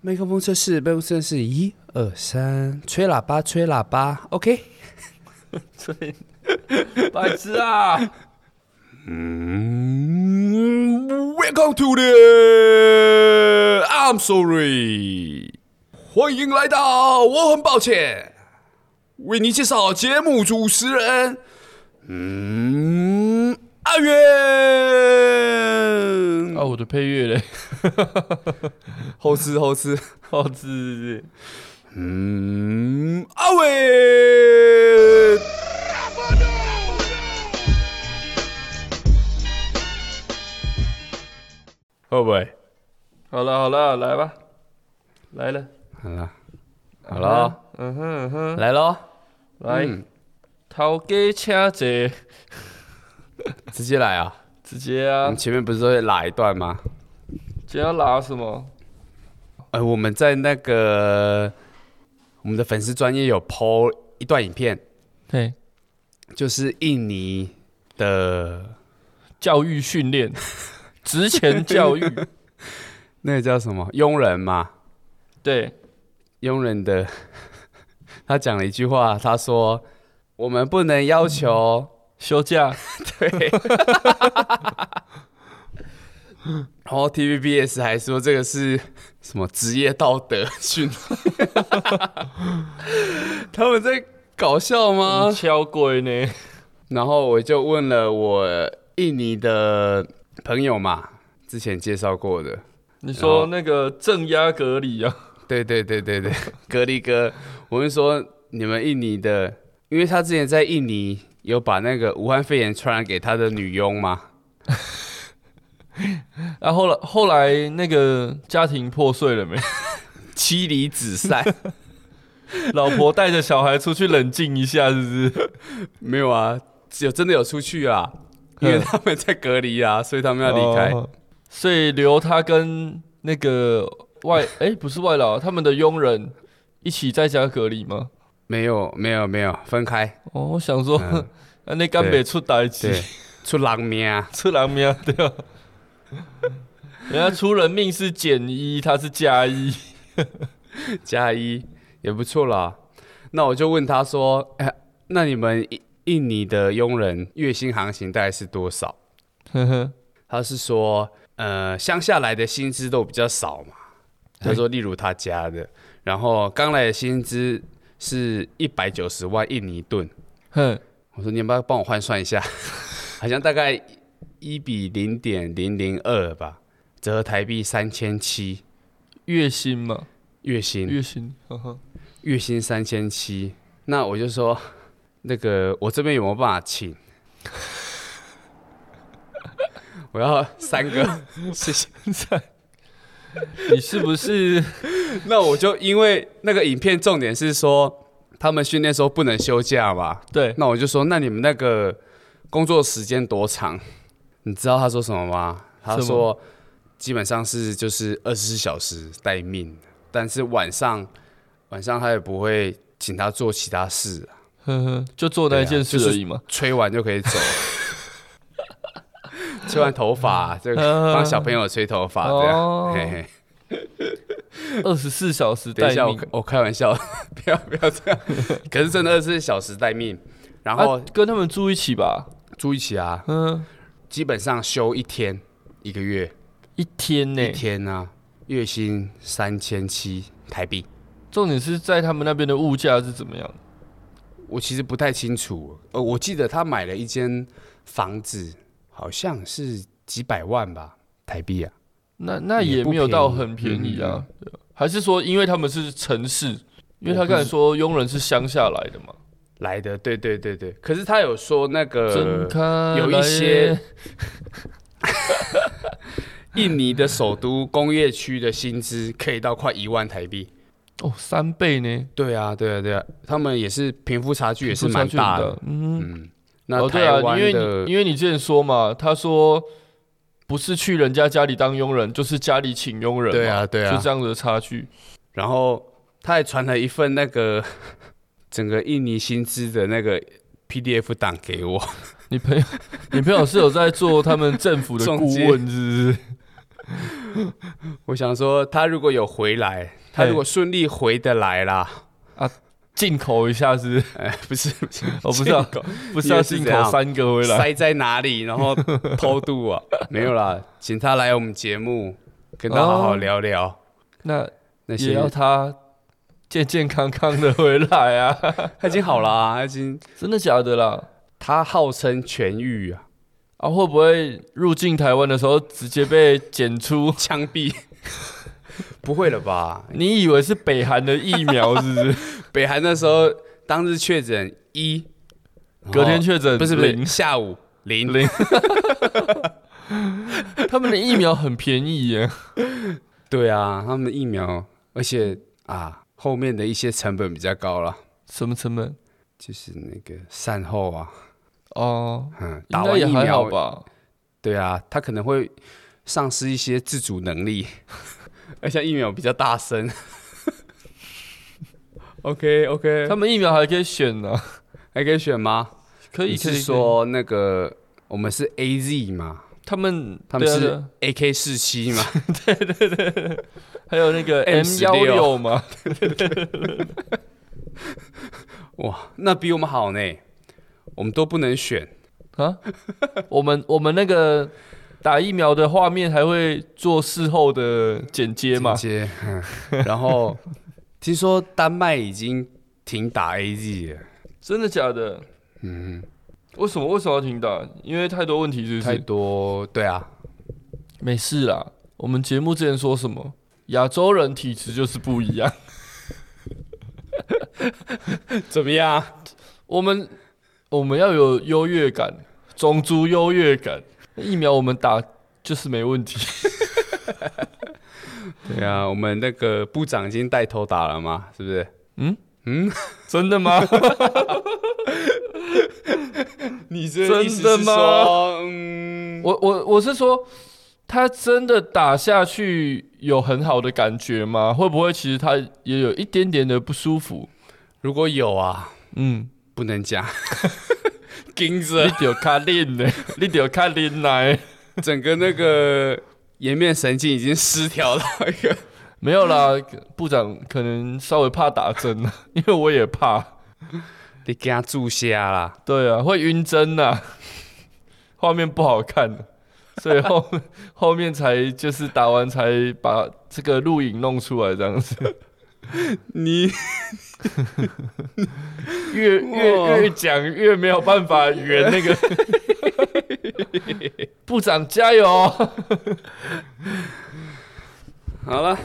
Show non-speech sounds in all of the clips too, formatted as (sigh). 麦克风测试，麦克风测试，一二三，吹喇叭，吹喇叭，OK。吹，白痴啊！嗯，Welcome to the I'm sorry，欢迎来到，我很抱歉，为你介绍节目主持人，嗯，阿元，啊，我的配乐嘞，后吃 (laughs) 后吃，好吃。嗯，阿伟，会不会？好了好了，来吧，来了，好了，好了，嗯哼嗯哼，来喽，来，头家请坐，直接来啊！直接啊你，前面不是会拉一段吗？今天要拿什么？呃，我们在那个我们的粉丝专业有 PO 一段影片，嘿，就是印尼的教育训练，职前教育，那个叫什么佣人嘛，对，佣人的， (laughs) 他讲了一句话，他说：“我们不能要求。休假， (laughs) 对。然后 TVBS 还说这个是什么职业道德训练， (laughs) 他们在搞笑吗？你敲鬼呢？然后我就问了我印尼的朋友嘛，之前介绍过的，你然说后那个镇压隔离啊？对对对对对，隔离哥，我是说你们印尼的，因为他之前在印尼有把那个武汉肺炎传染给他的女佣嘛，啊，后来后来那个家庭破碎了没？ (laughs) 妻离子散， (laughs) 老婆带着小孩出去冷静一下，是不是？没有啊，有真的有出去啊，因为他们在隔离啊，所以他们要离开。嗯哦所以留他跟那个外 (laughs) 哎、不是外劳，他们的佣人一起在家隔离吗？没有没有没有，分开，哦，我想说，嗯啊， (laughs) 那干北出代对志，，出狼命啊， (laughs) (laughs) 出人命对吧？人家出人命是减一，他是 (laughs) 加一，加一也不错啦。那我就问他说，哎、那你们印印尼的佣人月薪行情大概是多少？呵呵，他是说，呃，乡下来的薪资都比较少嘛。他说，例如他家的，然后刚来的薪资是一百九十万印尼盾。哼，我说，你要不要帮我换算一下？ (laughs) 好像大概一比零点零零二吧，折合台币三千七月薪嘛，月薪，月薪，呵 (laughs) 呵，月薪三千七。那我就说，那个我这边有没有办法请？ (laughs) 我要三个， (laughs) 谢谢。 (laughs) 你是不是？那我就因为那个影片重点是说，他们训练时候不能休假嘛。对， (laughs) 那我就说，那你们那个工作时间多长？你知道他说什么吗？他什么说，基本上是就是二十四小时待命，但是晚上晚上他也不会请他做其他事，呵呵，就做那一件事对啊就而是已嘛。吹完就可以走。 (laughs) 吹完头发，这 (laughs) 嗯个帮小朋友吹头发，这哦样。嘿嘿，二十四小时等一待下，我命，我开玩笑， (laughs) 不要不要这样。可是真的二十四小时待命，然后啊、跟他们住一起吧。住一起啊，嗯，基本上休一天一个月，一天呢、一天啊，月薪三千七台币。重点是在他们那边的物价是怎么样？我其实不太清楚，呃，我记得他买了一间房子，好像是几百万吧台币啊。那那也也不没有便到宜很便宜啊。对啊还是说，因为他们是城市，因为他刚才说佣人是乡下来的嘛。来的，对对对对，可是他有说那睁个开呃有一来些印尼的首都工业区的薪资可以到快一万台币。哦，三倍呢，对啊，对啊，对啊，他们也是贫富差距也是出差蛮距大很的。。嗯，嗯，那哦对台啊，湾因为的、你因为你之前说嘛，他说不是去人家家里当佣人，就是家里请佣人嘛。对啊，对啊就，这样子的差距。然后他还传了一份那个 (laughs) 整个印尼薪资的那个 PDF 档给我， (laughs) (laughs) 你朋友，你朋友是有在做他们政府的中顾介问，是不是？我想说，他如果有回来，他如果顺利回得来啦，啊，进口一下是不是哎，不是不是，我哦不知道进口，不是要你是进怎口样三个回来？塞在哪里，然后偷渡 (laughs) 啊？没有啦，请他来我们节目，跟他好好聊聊、那那哦也些要。他健健康康的回来啊！ (laughs) 他已经好了、啊，他已经真的假的啦？他号称痊愈啊，啊，会不会入境台湾的时候直接被检出？枪毙， (laughs) 不会了吧？你以为是北韩的疫苗是 (laughs) 不是？北韩那时候当日确诊一，隔天确诊哦不是不是零下午零，零，他们的疫苗很便宜耶。对啊，他们的疫苗，而且啊后面的一些成本比较高了，什么成本？就是那个善后啊，哦，嗯，应打该完也疫还好苗，吧。对啊，他可能会丧失一些自主能力，而且疫苗比较大声。OK OK，他们疫苗还可以选呢、还可以选吗？可以你可是以说那个我们是 A Z 嘛，可以他们他们对啊对是啊 A K 四七嘛？还有那个 M 16幺六嘛，哇，那比我们好呢，我们都不能选。啊， (laughs) 我们我们那个打疫苗的画面还会做事后的剪接嘛？接，嗯 (laughs) 然后听说丹麦已经停打 A Z 了，真的假的？嗯，为什么为什么要停打？因为太多问题，是不太是？多，对啊，没事啦，我们节目之前说什么？亚洲人体质就是不一样，怎么样？ (laughs) 我们我们要有优越感，种族优越感。疫苗我们打就是没问 (laughs) 题，对啊，我们那个部长已经带头打了嘛，是不是？真的吗？你这真意思的是吗说嗯，我我我是说，他真的打下去有很好的感觉吗？会不会其实他也有一点点的不舒服？如果有啊，嗯，不能讲， (laughs) 盯你着得卡练呢，你得卡练来。整个那个颜面神经已经失调 (laughs) 到一个，没有啦，部长可能稍微怕打针啊，因为我也怕。你给他注瞎啦。对啊，会晕针呐、画面不好看，啊所以后 (laughs) 后面才就是打完才把这个录影弄出来这样子。你越哇越越讲越没有办法圆 (laughs) 那个。部长加油！好了，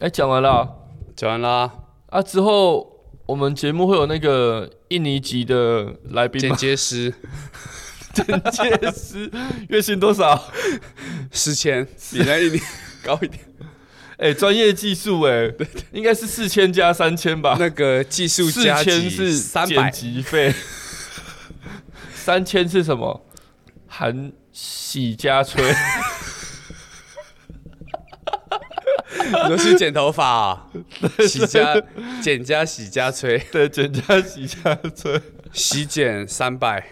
哎、讲完了讲完啦，啊，之后我们节目会有那个印尼籍的来宾剪吗？接师简介师月薪多少？师千，比那一年高一点。哎、专业技术哎、应该是四千加三千吧？ (laughs) 那个技术四加级千是三剪百，辑费，三千是什么？含洗加吹。你说 (laughs) 去剪头发、啊，洗加剪加洗加吹，对，剪加洗加吹。洗剪三百，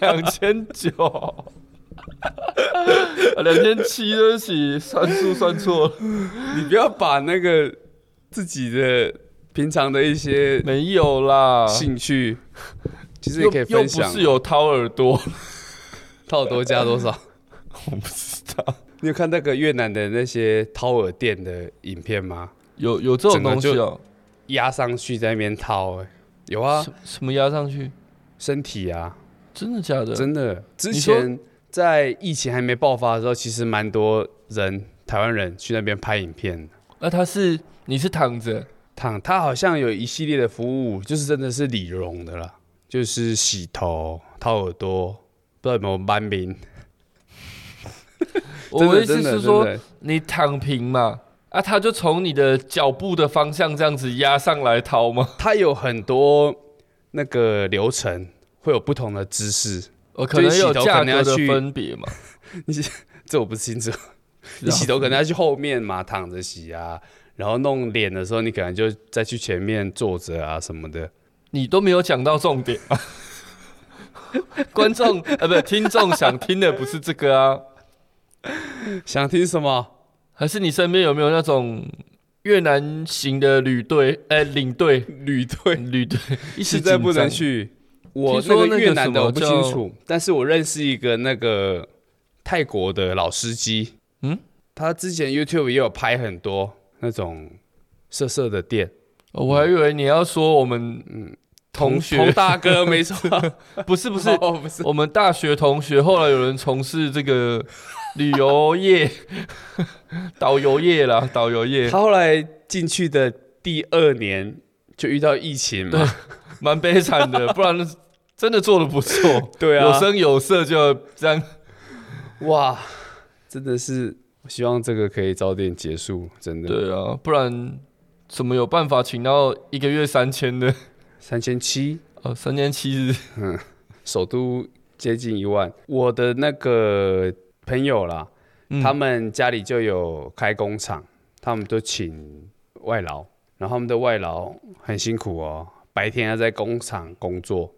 两千九， (laughs) 两千七，对不起，算数算错了。你不要把那个自己的平常的一些没有啦，兴趣，其实又也可以又分不享啊是。有掏耳朵，套多加多少？我不知道。 (laughs) 你有看那个越南的那些掏耳店的影片吗？有有这种东西哦、压上去在那边掏、欸，有啊，什什么压上去？身体啊，真的假的？真的，之你说前在疫情还没爆发的时候，其实蛮多人台湾人去那边拍影片的。那他是你是躺着躺，他好像有一系列的服务，就是真的是理容的啦，就是洗头、掏耳朵，不知道有没有班名。我的意真思的是真说的你躺平嘛，啊，他就从你的脚步的方向这样子压上来掏吗？他有很多那个流程，会有不同的姿势， (laughs) 我哦可能就是有洗头价可能格要的去分别嘛。这我不清楚。你洗头可能要去后面嘛，躺着洗啊，然后弄脸的时候，你可能就再去前面坐着啊什么的。你都没有讲到重点 (laughs) 啊！观众呃，不，听众想听的不是这个啊，想听什么？还是你身边有没有那种越南型的旅队？哎、领队，旅队旅队一时实在不紧张能去。我听说那个那个越南什的么我不清叫楚，但是我认识一个那个泰国的老司机，嗯，他之前 YouTube 也有拍很多那种色色的店，哦我还以为你要说我们同同学，大哥没 (laughs) 错，不是不是，哦不是，我们大学同学后来有人从事这个旅游业， (laughs) 导游业啦，导游业他后来进去的第二年就遇到疫情嘛，蛮悲惨的，不然真的做的不错，对啊有声有色就这样。哇，真的是，我希望这个可以早点结束，真的。对啊，不然怎么有办法请到一个月三千的？三千七， (laughs) 哦，三千七十，首都接近一万。我的那个朋友啦，嗯他们家里就有开工厂，他们都请外劳，然后他们的外劳很辛苦哦，白天要在工厂工作，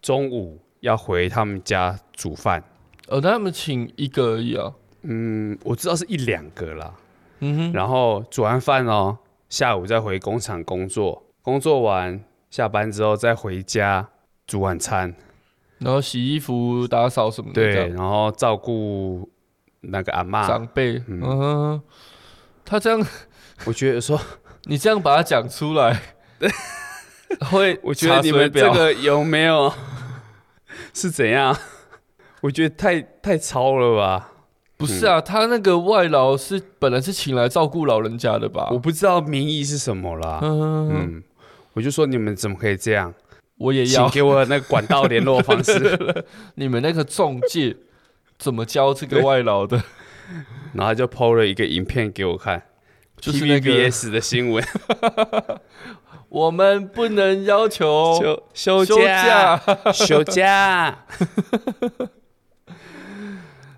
中午要回他们家煮饭。哦，那他们请一个而已啊。嗯，我知道是一两个啦，嗯然后煮完饭哦，下午再回工厂工作，工作完下班之后再回家煮晚餐，哼，然后洗衣服、打扫什么的，这对，样然后照顾那个阿妈。长辈，嗯哼，他这样 (laughs) 我觉得说，你这样把它讲出来， (laughs) 会我觉得你们查水表这个有没有 (laughs) 是怎样？我觉得太太超了吧？不是啊？他那个外劳是本来是请来照顾老人家的吧我？不知道名义是什么啦。嗯，嗯，我就说你们怎么可以这样？我也请要。给我那个管道联络方 (laughs) 式。你们那个中介怎么教这个外劳的？然后他就 PO 了一个影片给我看，就是那个 TVBS 的新闻，我们不能要求休 (laughs) Oh 休假，休假， (laughs)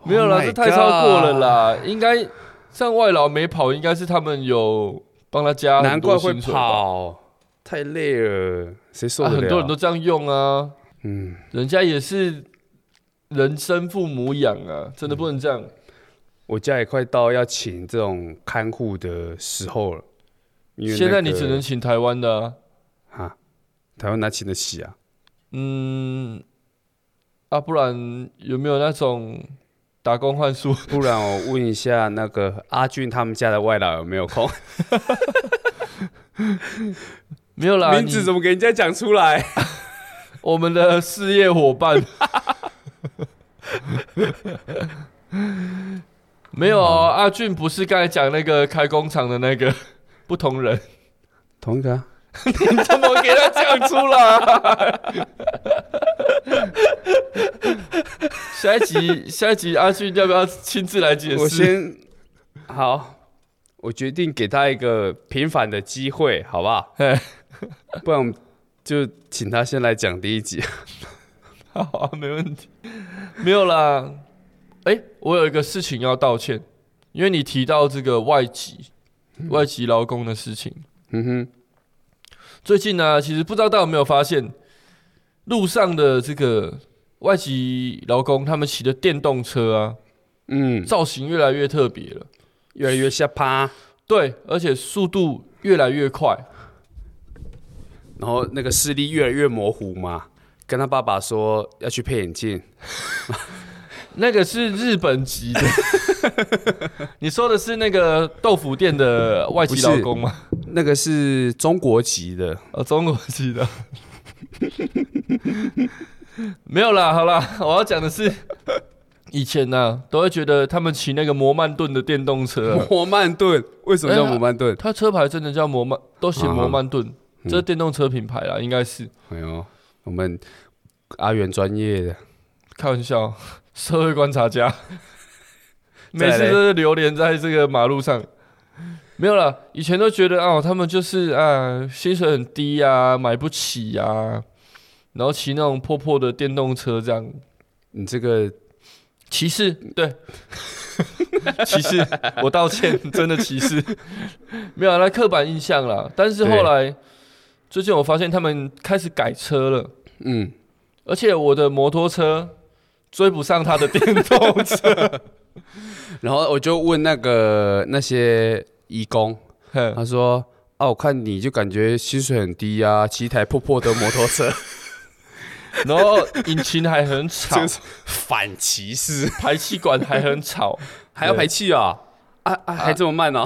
没有啦， Oh my 这太超过了啦。应该像外劳没跑，应该是他们有帮他加 God，很难多怪会薪水吧，跑，太累了，谁受啊得了？很多人都这样用啊。嗯，人家也是人生父母养啊，真的不能这嗯样。我家也快到要请这种看护的时候了，因为现那在你个只能请台湾的、啊，啊，台湾哪请得起啊？嗯，啊，不然有没有那种打工换宿？ (laughs) 不然我问一下那个阿俊他们家的外老有没有 (laughs) 空？没有啦，名字你怎么给人家讲出来？我们的事业伙伴。没有哦，阿俊不是刚才讲那个开工厂的那个 (laughs) 不同人，同一个、啊，你怎么给他讲出来？下一集，下一集阿俊要不要亲自来解我释？先好，我决定给他一个平反的机会，好不好嘿？不然我们就请他先来讲第一集。好、啊，没问题。没有啦，哎、我有一个事情要道歉，因为你提到这个外籍、外籍劳工的事情。嗯哼，最近呢、其实不知道大家有没有发现，路上的这个外籍劳工他们骑的电动车啊，嗯，造型越来越特别了。越来越下趴，对，而且速度越来越快。然后那个视力越来越模糊嘛。跟他爸爸说要去配眼镜，那个是日本籍的，你说的是那个豆腐店的外籍劳工吗？那个是中国籍的，哦，中国籍的。没有啦，好啦，我要讲的是，以前呢、都会觉得他们骑那个摩曼顿的电动车啊、摩曼顿。为什么叫摩曼顿？它车牌真的叫摩曼，都啊写摩曼顿，嗯这是电动车品牌啦，应该是哎呦，我们阿元专业的，开玩笑， (laughs) 社会观察家， (laughs) 再每来次都是流连在这个马路上。没有啦，以前都觉得哦，他们就是啊，薪水很低啊，买不起啊，然后骑那种破破的电动车这样，你这个歧视，对，歧视， (laughs) 我道歉，真的歧视， (laughs) 没有啊那刻板印象啦。但是后来最近我发现他们开始改车了，嗯， (laughs) 而且我的摩托车追不上他的电动车，然后我就问那个那些义工，哼他说：“啊，我看你就感觉薪水很低啊，骑一台破破的摩托车，然后引擎还很吵 (laughs) 就，是反歧视，排气管还很吵，还要排气啊？啊啊，还这么慢哦、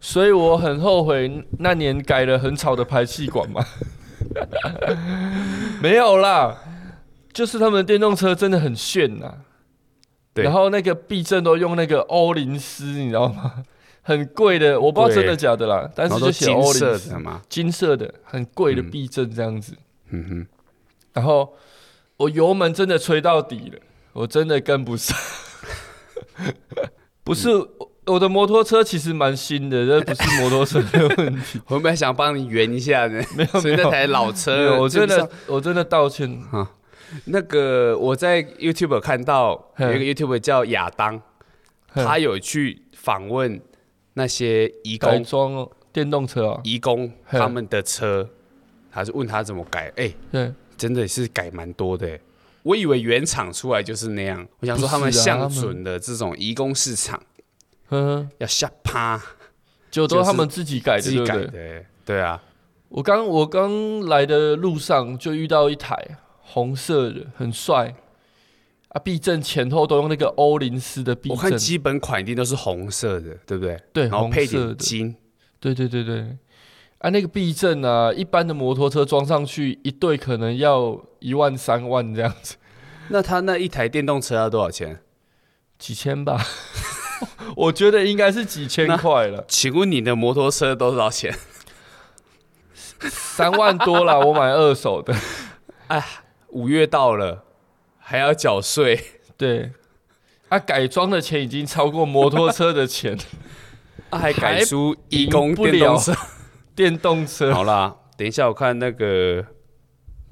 所以我很后悔那年改了很吵的排气管嘛。 (laughs) 没有啦，就是他们的电动车真的很炫呐、对然后那个避震都用那个欧林斯，你知道吗？很贵的，我不知贵道真的假的啦，但然后是就都写金欧林色斯的，嗯嘛，金色的，很贵的避震这样子。嗯哼，然后我油门真的吹到底了，我真的跟不上。 (laughs) 不是、我我的摩托车其实蛮新的，这不是摩托车的问题。我本来想帮你圆一下 (laughs) 呢，没 (laughs) 有，所以那台老没车，有我真追不的上我真的道歉。那个我在 YouTube 看到嘿有一个 YouTube 叫亚当，嘿他有去访问那些义改工，装哦，电动车哦，义工嘿他们的车，他是问他怎么改，哎、对，真的是改蛮多的欸。我以为原厂出来就是那样，我想说他们不是啊向准了这种移工市场，嗯，要下趴就都是他们自己改的，自己对不改对的？欸，对啊，我刚我刚来的路上就遇到一台红色的，很帅啊！避震前后都用那个欧林斯的避我看震，基本款一定都是红色的，对不对？对，然后红配色点的，金，对对对对。啊，那个避震啊，一般的摩托车装上去一对可能要一万三万这样子， (laughs) 那他那一台电动车要多少钱？几千吧， (laughs) 我觉得应该是几千 (laughs) 那块了。请问你的摩托车多少钱？ (laughs) 三万多啦，我买二手的。 (laughs) 五月到了，还要缴税对，啊，改装的钱已经超过摩托车的钱， (laughs) 啊，还改还出义工赢不了电动车。电动 (laughs) 车好啦，等一下我看那个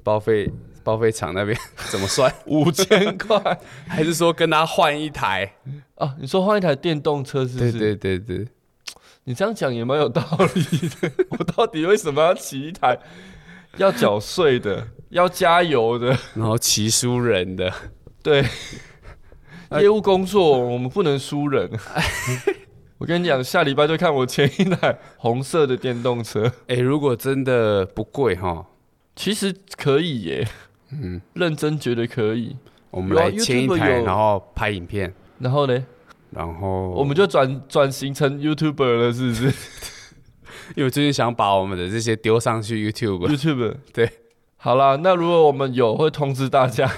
报废报废厂那边 (laughs) 怎么算，五千 (laughs) 块还是说跟他换一台？啊！你说换一台电动车是不对是？对对对，你这样讲也蛮有道理的。 (laughs) 我到底为什么要骑一台要缴税的、要加油的？然后骑输人的， (laughs) 对，业务工作我们不能输 (laughs) 人。我跟你讲，下礼拜就看我前一台红色的电动车。哎、如果真的不贵哈，其实可以耶，嗯，认真觉得可以。我们有啊来签一 YouTube 台，有然后拍影片，然后呢，然后我们就转转型成 YouTuber 了，是不 (laughs) 是因为我最近想把我们的这些丢上去 YouTube， ？YouTuber 对，好啦，那如果我们有会通知大家，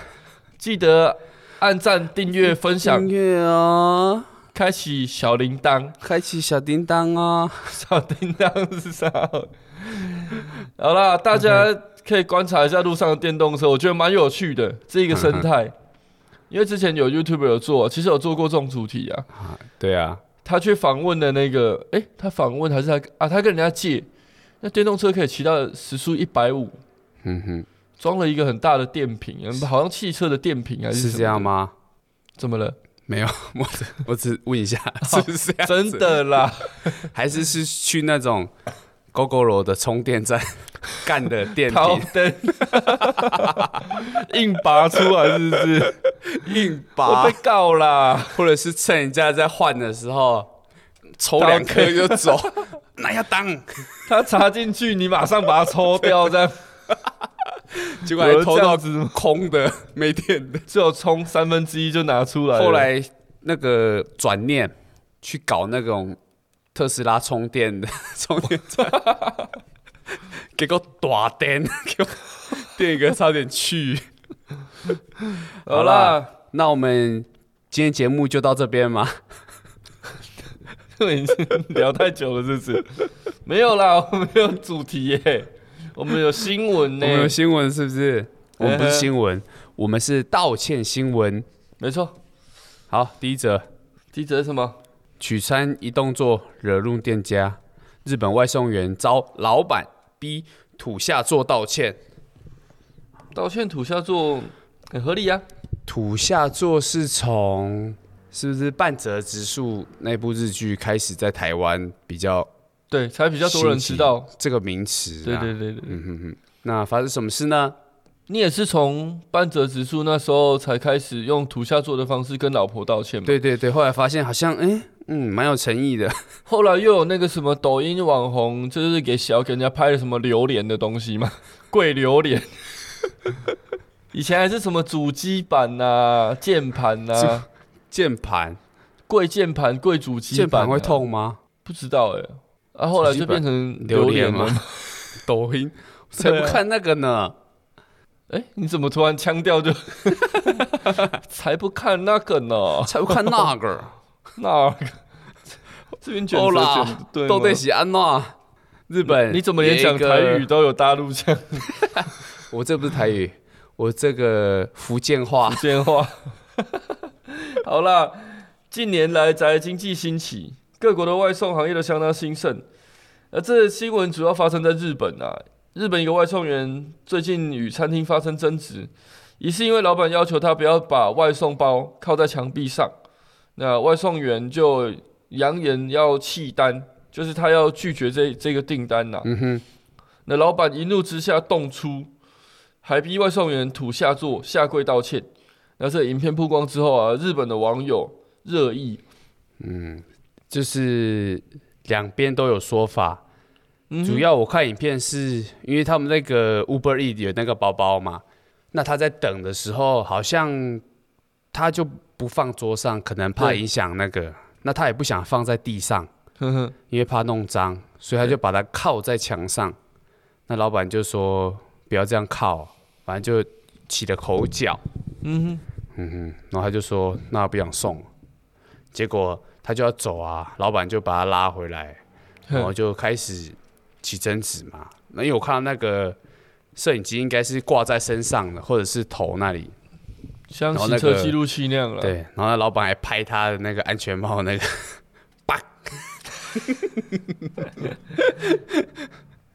记得按赞、订阅、分 (laughs) 享，乐哦，开启小铃铛。开启小叮当哦， (laughs) 小叮当是啥？好啦，大家可以观察一下路上的电动车，我觉得蛮有趣的这一个生嗯态。因为之前有 YouTuber 有做，其实有做过这种主题啊。对啊，他去访问的那个，诶，他访问还是他啊？他跟人家借，那电动车可以骑到时速一百五，嗯哼，装了一个很大的电瓶，好像汽车的电瓶还是是什么这样？吗？(laughs) 怎么了？没有，我只我只问一下，是不是这样哦真子，的啦，还是是去那种 GoGoRo 的充电站干的电桃瓶灯 (laughs) 硬拔出来是不是？硬我拔被，告啦！或者是趁人家在换的时候抽两颗就走， (laughs) 那要当，他插进去，你马上把它抽掉，这样结果还偷有这到样子吗空的没电的。只有充三分之一就拿出来了。后来那个转念去搞那种特斯拉充电的 (laughs) 充电站，结果大电， (laughs) 给我电哥差点去。好好啦，那我们今天节目就到这边 (laughs) 吗？已经聊太久了，是不 (laughs) 是？没有啦，我们有主题耶，我们有新闻我们有呢，新闻是不 (laughs) 是？我们不是新闻，我们是道歉新闻。没错。好，第一则，记者是什么？取餐一动作惹怒店家，日本外送员遭老板逼土下座道歉。道歉土下座很合理呀、啊土下座是从是不是半泽直树那部日剧开始在台湾比较对，才比较多人知道。这个名词、啊？对对对对，嗯哼哼。那发生什么事呢？你也是从半泽直树那时候才开始用土下座的方式跟老婆道歉嘛？对对对，后来发现好像哎、嗯，蛮有诚意的。后来又有那个什么抖音网红，就是给小给人家拍了什么榴莲的东 (laughs) 西嘛，跪榴莲。 (laughs) 以前还是什么主机板呐、键盘呐、键盘，跪键盘、跪主机键板、啊盘会，痛吗？不知道哎、啊，后来就变成榴莲莲了？吗。抖音我才对不啊看那个 (laughs) 呢。哎、你怎么突然腔调就？ (laughs) 才不看那个呢，才不看那个，那 (laughs) 个这边卷哦舌啦卷得对吗都得喜安娜，日本你怎么连讲台有一语个？都有大陆腔我这不是台语，我这个福建话福。建话？ (laughs) 好啦，近年来宅经济兴起，各国的外送行业都相当兴盛。而这新闻主要发生在日本啊，日本一个外送员最近与餐厅发生争执，一是因为老板要求他不要把外送包靠在墙壁上，那外送员就扬言要弃单，就是他要拒绝这这个订单呐、嗯哼，那老板一怒之下动粗，还逼外送员土下座下跪道歉。那这影片曝光之后啊，日本的网友热议，就是两边都有说法。嗯主要我看影片是因为他们那个 Uber E 有那个包包嘛，那他在等的时候，好像他就不放桌上，可能怕对影响那个，那他也不想放在地上，呵呵，因为怕弄脏，所以他就把它靠在墙上。那老板就说不要这样靠，反正就起了口角。嗯嗯哼，然后他就说那不想送，结果他就要走啊，老板就把他拉回来，哼然后就开始起争执嘛。那因为我看到那个摄影机应该是挂在身上的，或者是头那里，哼，像然后行那车个记录器那样了。对，然后那老板还拍他的那个安全帽那个叭，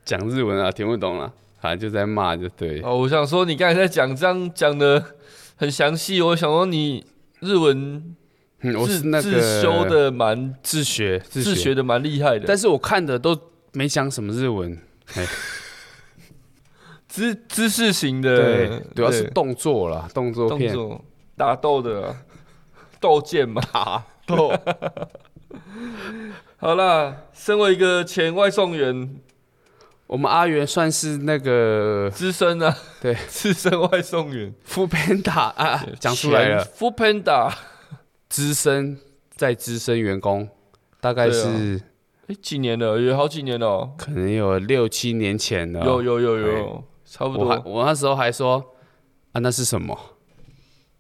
讲日文啊，听不懂啊，反正就在骂就对。哦，我想说你刚才在讲这样讲的很详细，我想说你日文嗯，我自是那个自修的蛮自学自自学学的蛮厉害的，但是我看的都没讲什么日文，知知识型对的，，主要是对动作啦，动作动片。作打斗的啊斗剑嘛，打斗。好啦，身为一个前外送员，我们阿元算是那个资深啊，对， (laughs) 资深外送员，副偏打啊，讲出来了， f o o Panda，资深在资深员工，大概对啊是、哎，几年了？有好几年了哦，可能有六七年前了。有有有对有，差不啊哎我还多。我那时候还说啊，那是什么？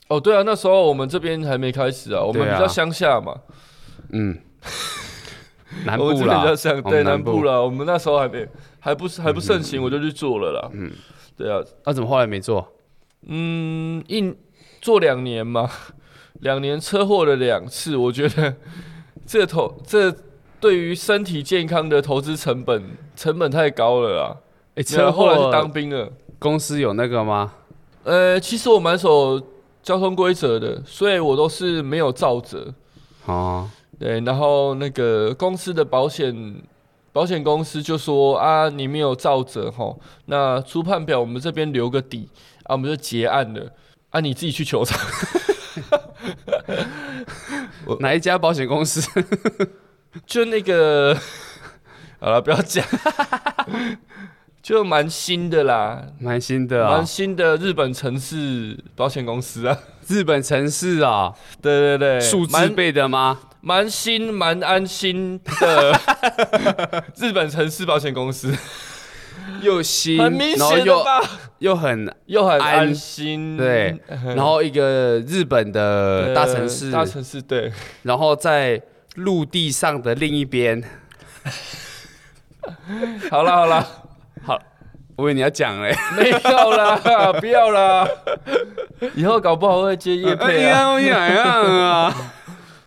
哦，对啊，那时候我们这边还没开始啊，我们对啊比较乡下嘛，嗯， (laughs) 南我部们这边啦比较，乡，我对们南南嗯部啦，我们那时候还没还不是还不盛行，我就去做了啦。嗯，对啊，那、怎么后来没做？嗯，一做两年嘛， (laughs) 两年车祸了两次，我觉得 (laughs) 这投这对于身体健康的投资成本成本太高了啦。哎、没有车后来祸去当兵了。公司有那个吗？呃，其实我蛮守交通规则的，所以我都是没有照责。哦，对，然后那个公司的保险保险公司就说啊，你没有照责吼，那初判表我们这边留个底啊，我们就结案了啊，你自己去球场。哪一家保险公司？ (laughs) (laughs) 就那个，好了，不要讲， (laughs) 就蛮新的啦，蛮新的啊、蛮新的日本城市保险公司啊，日本城市啊、对对对，数字蛮辈的吗？蛮新蛮安心的 (laughs) 日本城市保险公司，又新，很明嗯然后显的又吧，又很，又很安安心，对嗯，然后一个日本的呃大城市，大城市对， (laughs) 然后在陆地上的另一边。好啦好 (laughs) 啦，我以为你要讲嘞，没有啦， (laughs) 不 (laughs) 要啦，以后搞不好会接叶配啊。哎呀，一样啊。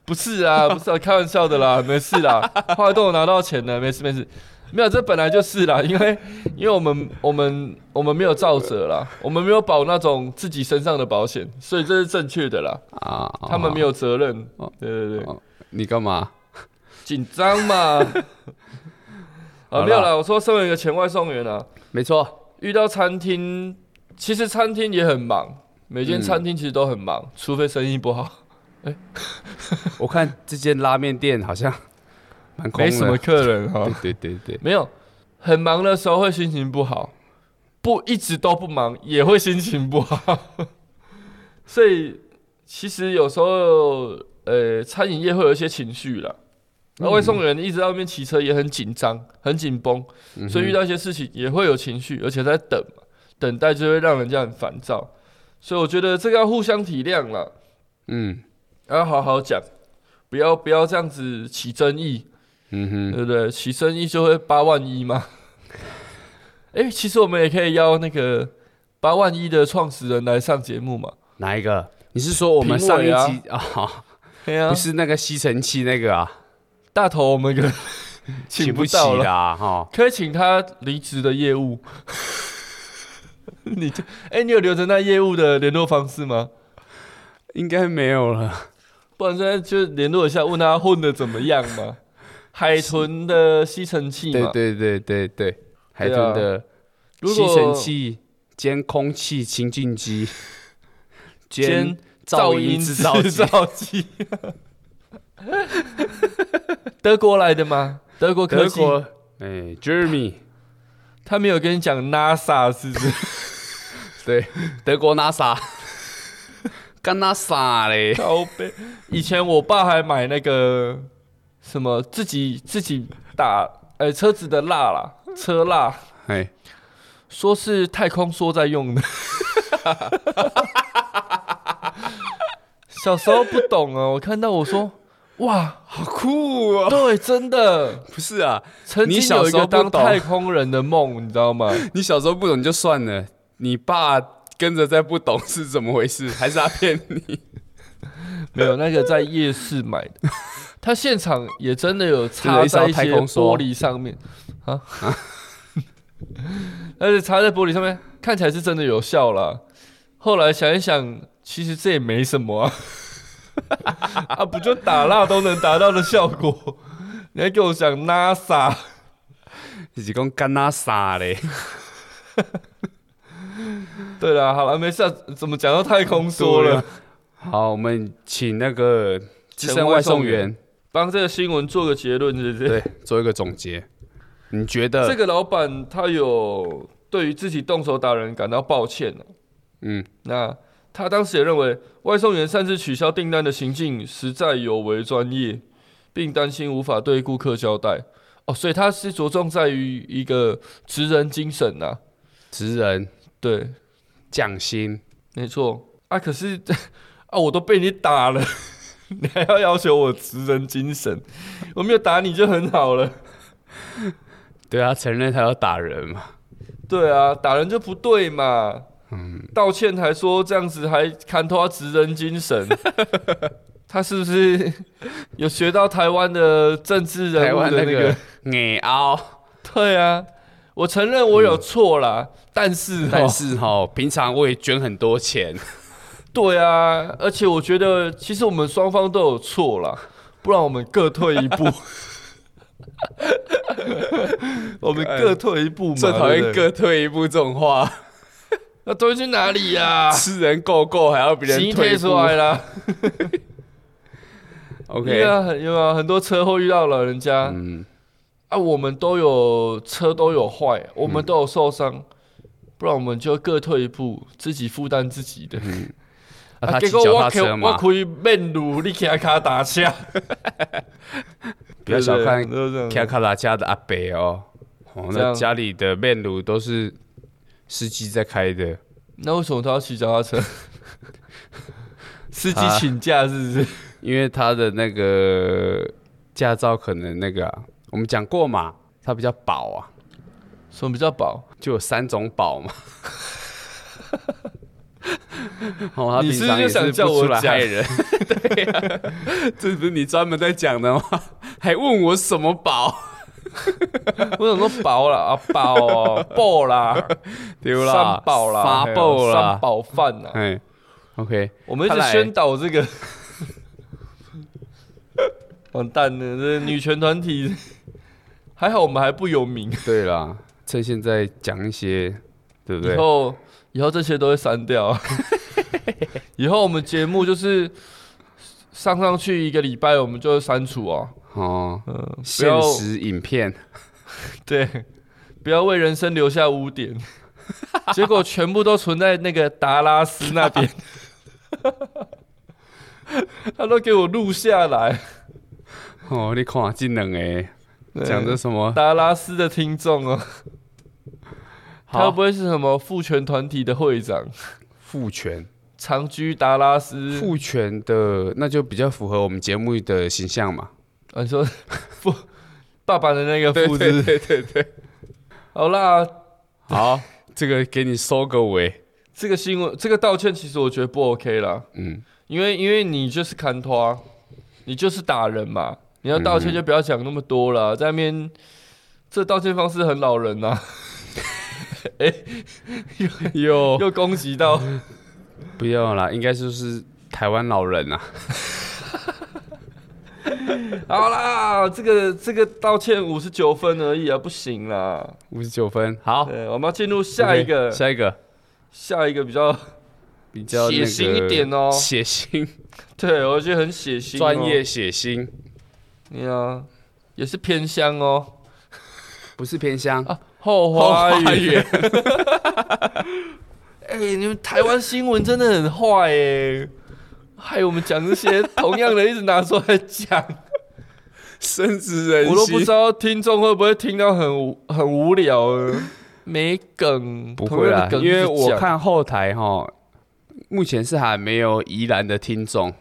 不是啊，不是啊，开玩笑的啦，没事啦，后来都有拿到钱了，没事没事，没有，这本来就是啦，因为因为我们我们我们没有造者啦，我们没有保那种自己身上的保险，所以这是正确的啦， (laughs) 啊，他们没有责任哦，对对对，哦你干嘛？紧 (laughs) 张嘛，哦好啊啦没有啦，我说身为一个前外送员啊，没错，遇到餐厅其实餐厅也很忙，每间嗯餐厅其实都很忙，除非生意不好，我看这间拉面店好像蛮空的，没什么客人哈、对对对对，没有，很忙的时候会心情不好，不一直都不忙也会心情不好。 (laughs) 所以其实有时候，呃，餐饮业会有一些情绪啦。那外送员一直在外面骑车也很紧张、很紧绷，所以遇到一些事情也会有情绪，而且在等嘛，等待就会让人家很烦躁。所以我觉得这个要互相体谅啦，嗯要好好讲，不要不要这样子起争议。嗯哼，对不对？起生意就会八万一 (laughs) 嘛。哎、其实我们也可以邀那个八万一的创始人来上节目嘛。哪一个？你是说我们评上一委 (laughs) 啊集啊、哦对啊不，是那个吸尘器那个啊，大头我们可 (laughs) 请不不起到了，啦哈、哦可以请他离职的业务。 (laughs) 你就哎、你有留着那业务的联络方式吗？应该没有 (laughs) 了。不然现在就联络一下，问他混的怎么样嘛。海豚的吸尘器对嘛，对对对对，海对啊豚的如吸果尘器兼空气清净 (laughs) 机兼兼噪音制制造机， (laughs) 造机。德国来的吗？德国科德技，国哎，Jeremy，他没有跟你讲 NASA 是不是？对，德国 (laughs) NASA，干 NASA 嘞，靠背。以前我爸还买那个什么自己自己打呃、车子的蜡啦，车蜡，哎，说是太空梭在用的。 (laughs) 小时候不懂啊，我看到我说哇，好酷哦！对，真的。 (laughs) 不是啊，曾你经小有一时候个不当懂太空人的梦，你知 (laughs) 道吗？你小时候不懂就算了，你爸跟着在不懂是怎么回事？还是他骗你？没有那个在夜市买的，他现场也真的有真的插一艘在一太些空梭玻璃上面 (laughs) 啊，而且插在玻璃上面看起来是真的有效啦。后来想一想，其实这也没什么啊， (laughs) 啊不就打蜡都能达到的效果？ (laughs) 你还给我讲 NASA？ (laughs) 你是讲干 NASA 嘞？对啦，好了，没事啊，怎么讲到太空梭对了啊？好，我们请那个资前深外外送送员员帮这个新闻做个结论，是不是？对做一个总结。你觉得这个老板他有对于自己动手打人感到抱歉、哦、嗯，那他当时也认为外送员擅自取消订单的行径实在有违专业，并担心无法对顾客交代。哦，所以他是着重在于一个职人精神呐、职人对，匠心没错啊。可是 (laughs) 啊，我都被你打了， (laughs) 你还要要求我职人精神？我没有打你就很好了。对啊，承认他要打人嘛？对啊，打人就不对嘛。嗯道歉还说这样子还看透他职人精神， (laughs) 他是不是有学到台湾的政治人台物的湾那那个？个矮 (laughs) 凹，对啊，我承认我有错啦，但是 (laughs) 但哦，是哈，平常我也捐很多钱，对啊，而且我觉得其实我们双方都有错啦，不然我们各退一 (laughs) 步。我们各退一步嘛，最讨对厌不对各退一步这种 (laughs) 话，那东西去哪里呀、吃人够够还要别 (laughs) 人行李退啊一贴步出来啦。对 OK，啊，很有啊，很多车祸遇到老人家、嗯，啊，我们都有车都有坏，我嗯们都有受伤，不然我们就各退一步，自己负担自己的。啊他骑结果脚我踏车可我嘛，可以面路，你骑卡打车， (laughs) 不要小看对不对都是这卡样卡拉家的阿伯哦，哦，这那样家里的面炉都是司机在开的，那为什么他要骑脚踏车？司机他请假是不是？ (laughs) 因为他的那个驾照可能那个啊、我们讲过嘛，它比较薄啊，什么比较薄？就有三种薄嘛。 (laughs) 哦，他你平是不是常也就想不叫我出来讲害人， (laughs) 对呀、这不是你专门在讲的吗？ (laughs) 还问我什么薄？我想说薄啦，啊薄哦， (laughs) 薄啦，丢啦三，宝啦，发嘿啊爆三啦，宝饭啊 (laughs) 啦。哎，OK，我们一看直来宣导这个，完蛋了，这女权团体还好我们还不有名，对啦，趁现在讲一些，对不对以？后以后这些都会删掉啊。以后我们节目就是上上去一个礼拜，我们就删除啊。哦，嗯、不现要实影片，对，不要为人生留下污点。结果全部都存在那个达拉斯那边，他都给我录下来。哦，你看这两个讲的什么？达拉斯的听众哦，他会不会是什么父权团体的会长？ (laughs) 父权，长居达拉斯，父权的那就比较符合我们节目的形象嘛。啊，你说 (laughs) 父爸爸的那个父字，对对对， (laughs) 好啦，好， (laughs) 这个给你收个 (laughs) 尾。这个新闻，这个道歉，其实我觉得不 OK 啦，嗯，因为因为你就是砍拖啊，你就是打人嘛，你要道嗯歉就不要讲那么多了，在那边这道歉方式很老人呐、啊，有 (laughs) 又攻 (laughs) 击到，不要啦，应该就是台湾老人啊。好啦，这个这个道歉五十九分而已啊，不行啦，五十九分，好，对，我们要进入下一个 OK，下一个下一个比较，比较血腥那个一点哦血腥，对我觉得很血腥、哦专业，血腥，对啊，也是偏乡哦。不是偏乡，后花后花园园。哎、你们台湾新闻真的很坏哎、害我们讲这些同样的一直拿出来讲，深植人我都不知道听众会不会听到很无很无聊啊，没梗，不会啦同样的，梗因为一直我讲看后台哈，目前是还没有宜兰的听众，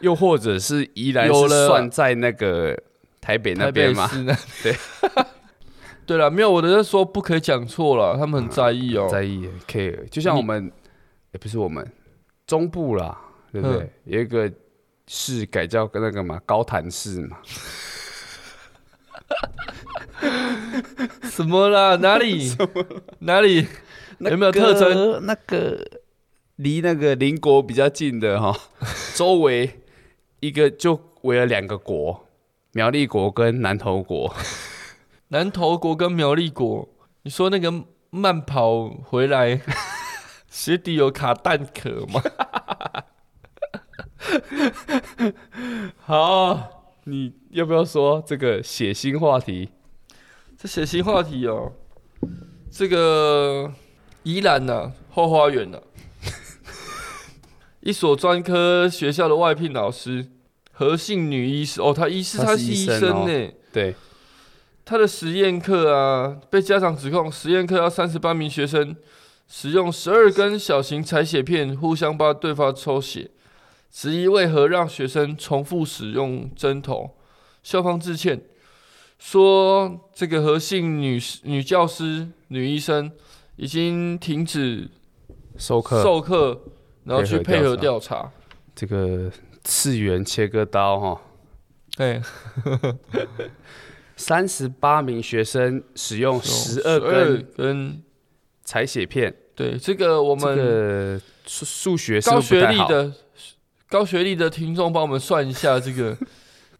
又或者是宜兰有是了算在那个台北那台北边嘛？市那对。 (laughs) 对了，没有我的在说不可以讲错了，他们很在意哦、 (laughs) 在意 care，就像我们，也不是我们中部啦，对不对嗯？有一个市改叫那个嘛高潭市嘛，什么啦？(laughs) 哪里？哪里？有没有特征？征？那个离那个邻国比较近的 (laughs) 哈、周围一个就围了两个国，苗栗国跟南投国。南投国跟苗栗国，你说那个慢跑回来， (laughs) 鞋底有卡蛋壳吗？好，你要不要说这个血腥话题？这写新话题哦，这个宜兰呐、后花园呐、 (laughs) 一所专科学校的外聘老师何姓女医师哦，她医师，她她是是医医生生哦呢、对，他的实验课啊，被家长指控实验课要三十八名学生使用十二根小型采血片互相帮对方抽血，质疑为何让学生重复使用针头。校方致歉，说这个何姓女女教师、女医生已经停止授课授课，然后去配配合合调调查。这个次元切割刀哈、哎，三十八名学生使用十二12根根，采血片，对这个我这们、个数数学是高不是不学太历好，的高学历的听众，帮我们算一下这 (laughs) 个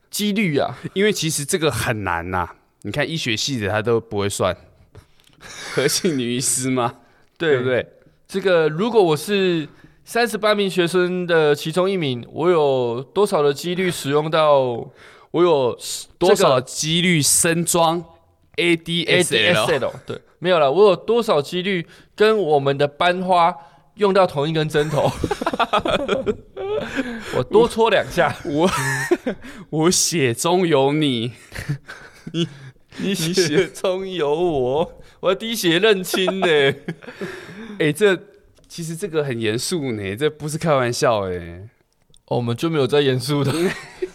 几率啊！因为其实这个很难呐、你看医学系的他都不会算， (laughs) 何姓女医师吗？对不对？这个如果我是三十八名学生的其中一名，我有多少的几率使用到我有多这少个几率升装 ADSL？ ADSL？对，没有了，我有多少几率跟我们的班花用到同一根针头？ (laughs) 我多戳两下，我我血中有你，你血中有我，我要滴血认亲呢、哎、这其实这个很严肃呢，这不是开玩笑哎，哦，我们就没有在严肃 (laughs) 的，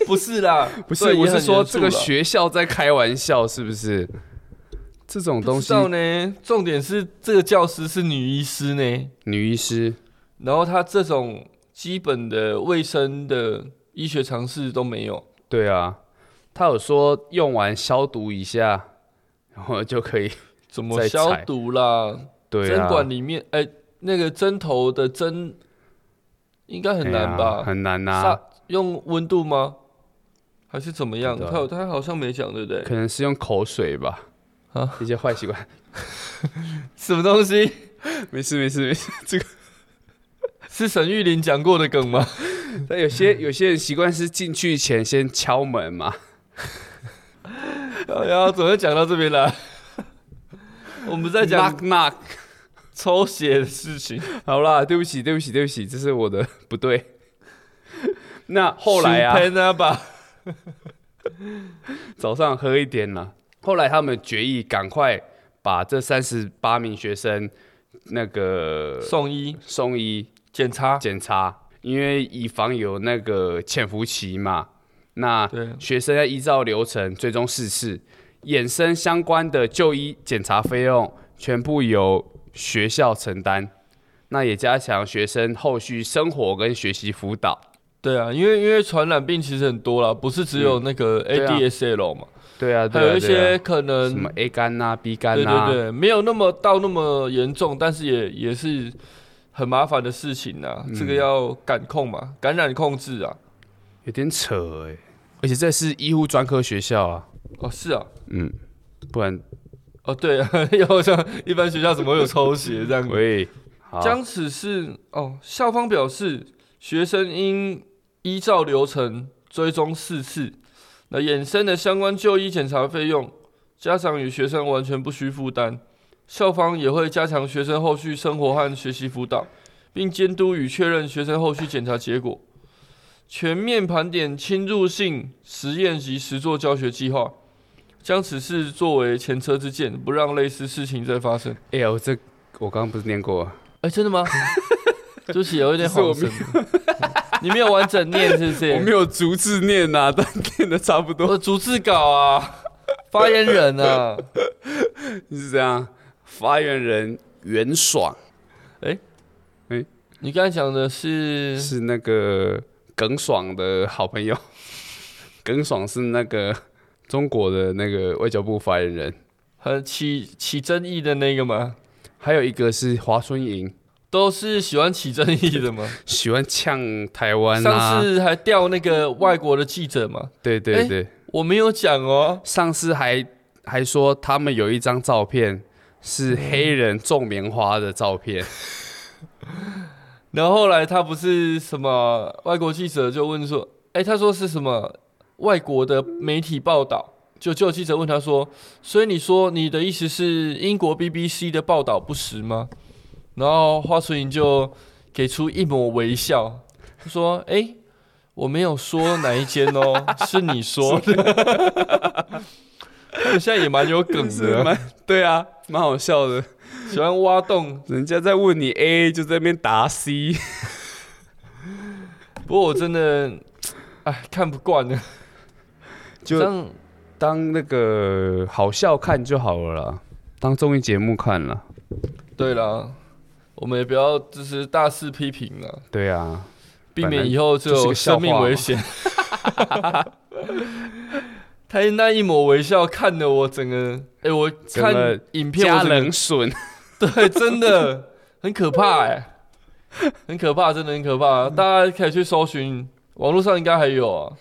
不是啦，不是，对我是说这个。也很严肃啦学校在开玩笑，是不是？这种不东知西，道呢，重点是这个教师是女医师呢，女医师然后她这种基本的卫生的医学常识都没有，对啊，她有说用完消毒一下，然后就可以怎么在采消毒啦？对针啊，管里面，哎、那个针头的针应该很哎呀难吧？很难呐、杀用温度吗？还是怎么样？不知她道有她好像没讲，对不对？可能是用口水吧，啊一些坏习惯，什么东西？ (laughs) (laughs) 没事没事没事，这个是沈玉琳讲过的梗吗？ (laughs) 但有些有些人习惯是进去前先敲门 (laughs) 嘛。哎呀，总要讲到这边来， (laughs) 我们在讲 knock knock。抽血的事情。好啦，对不起对不起对不起，这是我的不对。 (laughs) 那后来啊，啊吧，早上喝一点啦。后来他们决议赶快把这三十八名学生那个送医送医检查，检查，因为以防有那个潜伏期嘛。那对学生要依照流程追踪四次，衍生相关的就医检查费用全部由学校承担。那也加强学生后续生活跟学习辅导。对啊，因为因为传染病其实很多啦，不是只有那个对啊 ADSL 嘛，对啊，还对啊有一对些啊可能什么 A 肝呐、B 肝啊对呐、对对，没有那么到那么严重，但是也也是很麻烦的事情呐、嗯这个要感控嘛，感染控制啊。有点扯哎、而且这是医护专科学校啊，哦，是啊，嗯，不然哦对啊， (laughs) 要像一般学校怎么会有抽血这样子？喂，好，将此事哦，校方表示，学生应依照流程追踪四次，那衍生的相关就医检查费用，家长与学生完全不需负担。校方也会加强学生后续生活和学习辅导，并监督与确认学生后续检查结果，全面盘点侵入性实验及实作教学计划，将此事作为前车之鉴，不让类似事情再发生。哎、呦，这我刚刚不是念过啊？哎、真的吗？ (laughs) 对不起，有一点这是我恍神。 (laughs) 你没有完整念是不是？我没有逐字念 (laughs) 呐、但念的差不多。我逐字稿啊，发言人 (laughs) 啊。是这样，发言人袁爽你刚才讲的是是那个耿爽的好朋友， (laughs) 耿爽是那个中国的那个外交部发言人，很起起争议的那个吗？还有一个是华春莹，都是喜欢起争议的吗？喜欢呛台湾上啊，次还调那个外国的记者嘛，对对哎对。我没有讲哦。上次还还说他们有一张照片是黑人种棉花的照 (laughs) 片，然后后来他不是什么外国记者就问说，哎、他说是什么外国的媒体报道，就就有记者问他说，所以你说你的意思是英国 BBC 的报道不实吗？然后华春莹就给出一抹微笑，他说，哎、我没有说哪一间 (laughs) 哦，是你说的。他们现在也蛮有梗的啊，蛮 (laughs) 对啊，蛮好笑的。喜欢挖洞。人家在问你 A，就在那边答 C，不过我真的，哎，看不惯了，这就样当那个好笑看就好了啦，当综艺节目看了。对啦，我们也不要就是大肆批评了，对啊，避免以后就是有个笑生话命嘛危险。他那一抹微笑看得我整个，哎、我整个看影片加我整冷个，笋， (laughs) 对，真的很可怕哎、很可怕，真的很可怕。大家可以去搜寻，网络上应该还有啊。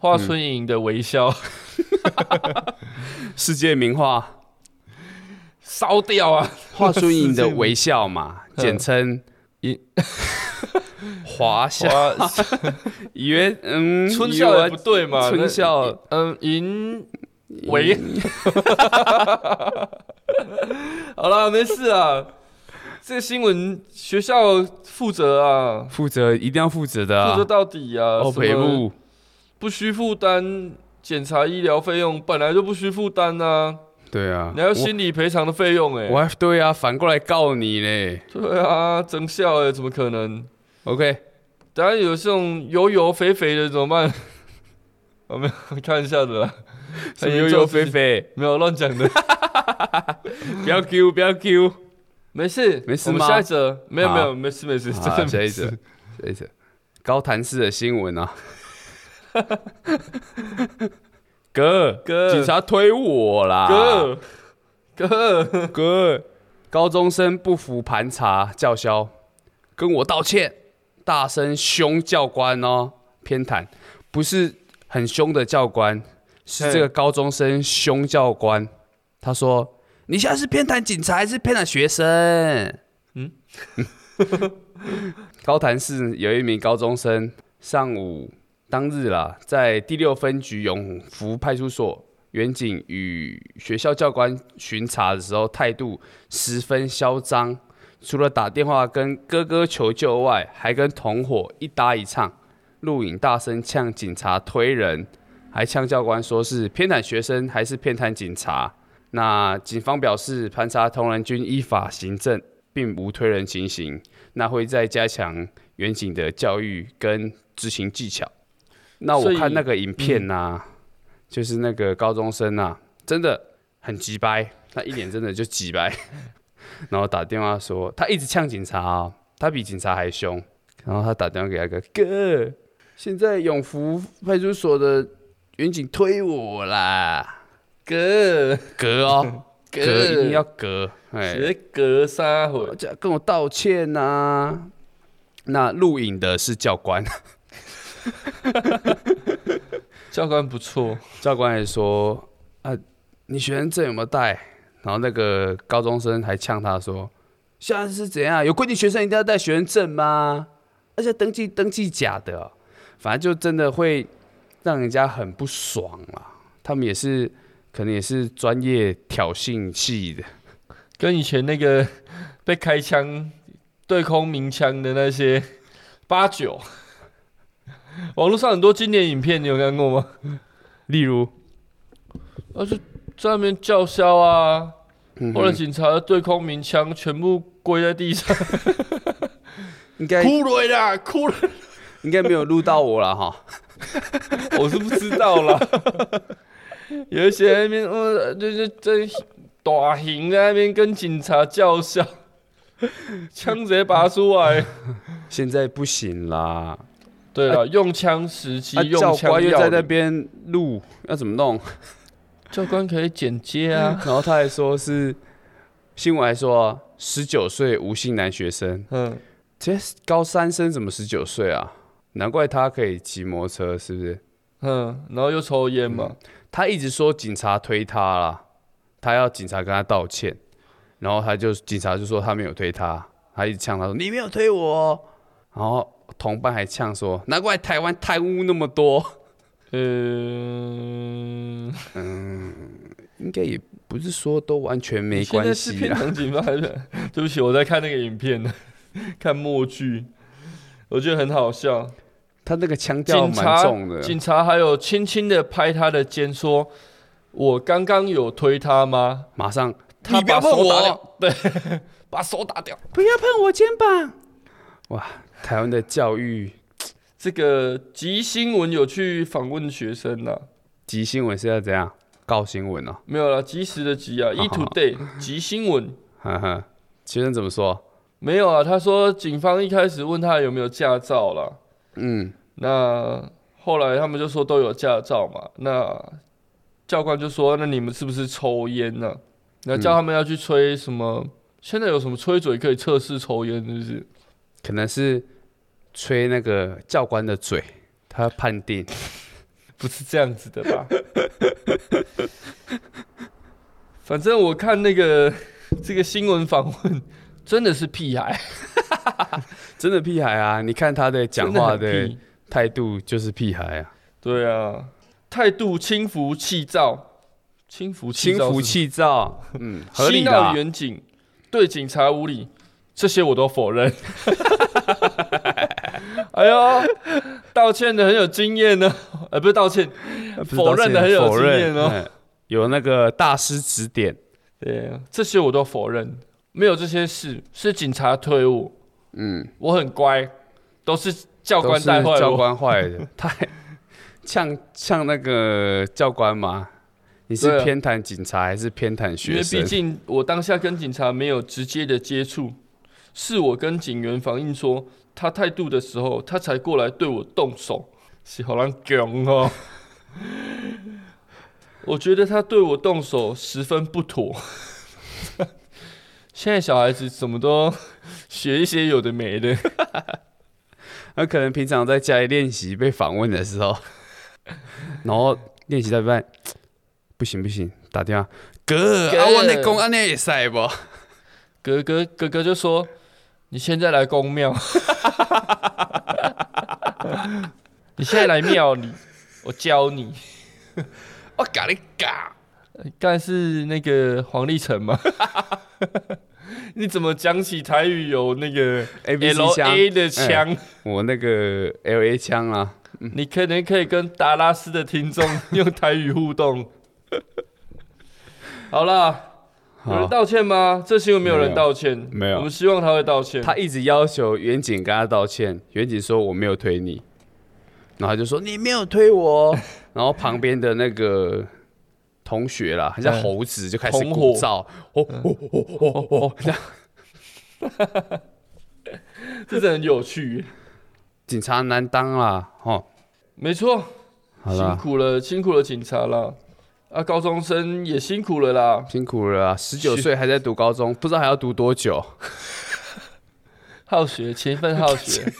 华春莹的微笑嗯世界名 (laughs) 画，烧、掉啊！华春莹的微笑嘛，简嗯称一 (laughs) 华笑，哇，以为嗯， (laughs) 春以笑为也不对嘛，春那笑嗯，银维，好啦，没事啊。这个新闻学校负责啊，负责一定要负责的、啊，负责到底啊。哦，什北么部不需负担检查医疗费用，本来就不需负担啊，对啊，你还有我心理赔偿的费用哎、我还对啊，反过来告你嘞。对啊，真笑哎、怎么可能？ OK，等下有这种油油肥肥的怎么办？ (laughs) 我没有看一下啊的啦， (laughs) 什么悠悠菲菲，没有乱讲 (laughs) 的。不要 Q，不要 Q。没事，没事我们吗下一则没有好没有，没事没事，真好，的下没一事则，。下一则，高谭市的新闻 (laughs) 啊。哥，哥警察推我啦！哥哥，哥，高中生不服盘查叫嚣，跟我道歉，大声凶教官哦，偏袒，不是很凶的教官，是这个高中生凶教官。他说：“你现在是偏袒警察还是偏袒学生？ (laughs) 高潭市有一名高中生上午当日啦，在第六分局永福派出所，远警与学校教官巡查的时候，态度十分嚣张。除了打电话跟哥哥求救外，还跟同伙一搭一唱，录影大声呛警察推人，还呛教官说是偏袒学生还是偏袒警察。那警方表示，盘查同仁军依法行政，并无推人情形。那会再加强远警的教育跟执行技巧。那所我以看那个影片呐、就是那个高中生啊，真的很急掰，他一脸真的就急掰， (laughs) 然后打电话说他一直呛警察、哦，他比警察还凶。然后他打电话给他哥哥，现在永福派出所的远警推我啦，哥，哥 (laughs) 哦，哥哥一定要哥，哎，学隔三回，这跟我道歉呐、那录影的是教官，教官不错，教官也说啊，你学生证有没有带？然后那个高中生还呛他说，现在是怎样？有规定学生一定要带学生证吗？而且登记登记假的哦、反正就真的会让人家很不爽啦、他们也是，可能也是专业挑衅系的，跟以前那个被开枪对空鸣枪的那些八九，网络上很多经典影片，你有看过吗？例如，而且在那边叫嚣啊，嗯后来哼警察对空鸣枪全部跪在地上，应该哭了啦，哭了，应该没有录到我了哈。我是不知道啦。有一些在那边，呃，就是在打行在那边跟警察叫嚣，枪直接拔出来。现在不行啦，对了，用枪时机，啊，用教枪官又要在领那边录，要怎么弄？教官可以剪接 (laughs) 啊，然后他还说是新闻还说啊十九岁无姓男学生，嗯，这高三生怎么十九岁啊？难怪他可以骑摩托车，是不是？嗯，然后又抽烟嘛，他一直说警察推他啦，他要警察跟他道歉，然后他就警察就说他没有推他，他一直呛他说你没有推我哦，然后同伴还呛说难怪台湾贪污那么多，嗯，应该也不是说都完全没现在关是系片啦。场警方还是？对不起，我在看那个影片呢， (laughs) 看默剧，我觉得很好笑。他那个腔调警蛮察重的，警察还有轻轻的拍他的肩说：“我刚刚有推他吗？”马上他把手打掉， (laughs) 对，把手打掉。不要碰我肩膀。哇，台湾的教育这个吉新闻有去访问学生呐、急新闻是要怎样？告新闻哦，，没有啦，及时的及啊 (laughs) e today 及新闻。呵呵。学生怎么说？没有啊，他说警方一开始问他有没有驾照啦，嗯，那后来他们就说都有驾照嘛。那教官就说：“那你们是不是抽烟呢、那叫他们要去吹什么？现在有什么吹嘴可以测试抽烟，是不是？ (laughs) 可能是吹那个教官的嘴，他判定。不是这样子的吧？ (laughs) 反正我看那个这个新闻访问，真的是屁孩，真的屁孩啊！你看他的讲话真的很的屁态度就是屁孩啊，对啊，态度轻浮气躁，轻浮气轻躁浮是气躁，嗯，合嬉理闹啦。远景，对警察无礼，这些我都 (laughs) 否认。哎呦，道歉的很有经验呢，呃，不是道歉，不是否认的很有否认经验哦嗯有那个大师指点，对，啊这些我都否认，没有这些事，是警察推我，嗯，我很乖，都是教都官是带坏教我，官坏的， (laughs) 他还呛呛那个教官嘛？你是对啊偏袒警察还是偏袒因学为生毕？竟我当下跟警察没有直接的接触，是我跟警员反映说他态度的时候，他才过来对我动手，是好让强哦。我觉得他对我动手十分不妥。现在小孩子怎么都学一些有的没的，那可能平常在家里练习被访问的时候， (laughs) 然后练习到一半，不行不行，打电话，哥，哥啊我那公安那也塞不？哥哥哥哥就说：“你现在来公庙， (laughs) 你现在来庙里，我教你。我嘎你嘎，刚才是那个黄立成吗？ (laughs) 你怎么讲起台语有那个 ABC L 腔哎 A 的腔？我那个 L A 枪啊，你可能可以跟达拉斯的听众用台语互动。 (laughs) 好啦，有人好，道歉吗？这新闻没有没人有道歉，没有我们希望他会道 (laughs) 歉。他一直要求远景跟他道歉，远景说我没有推你，然后他就说你没有推我 (laughs) 哦，然后旁边的那个。同学啦，很像嗯猴子，就开始同鼓伙嗯噪，哦哦哦哦哦哦，这样这真的很有趣。警察难当啦，哦，没错，好辛啦，苦了，辛苦了警察啦。啊，高中生也辛苦了啦。辛苦了啊，十九岁还在读高中，不知道还要读多久。好学，勤奋好 (laughs) 学。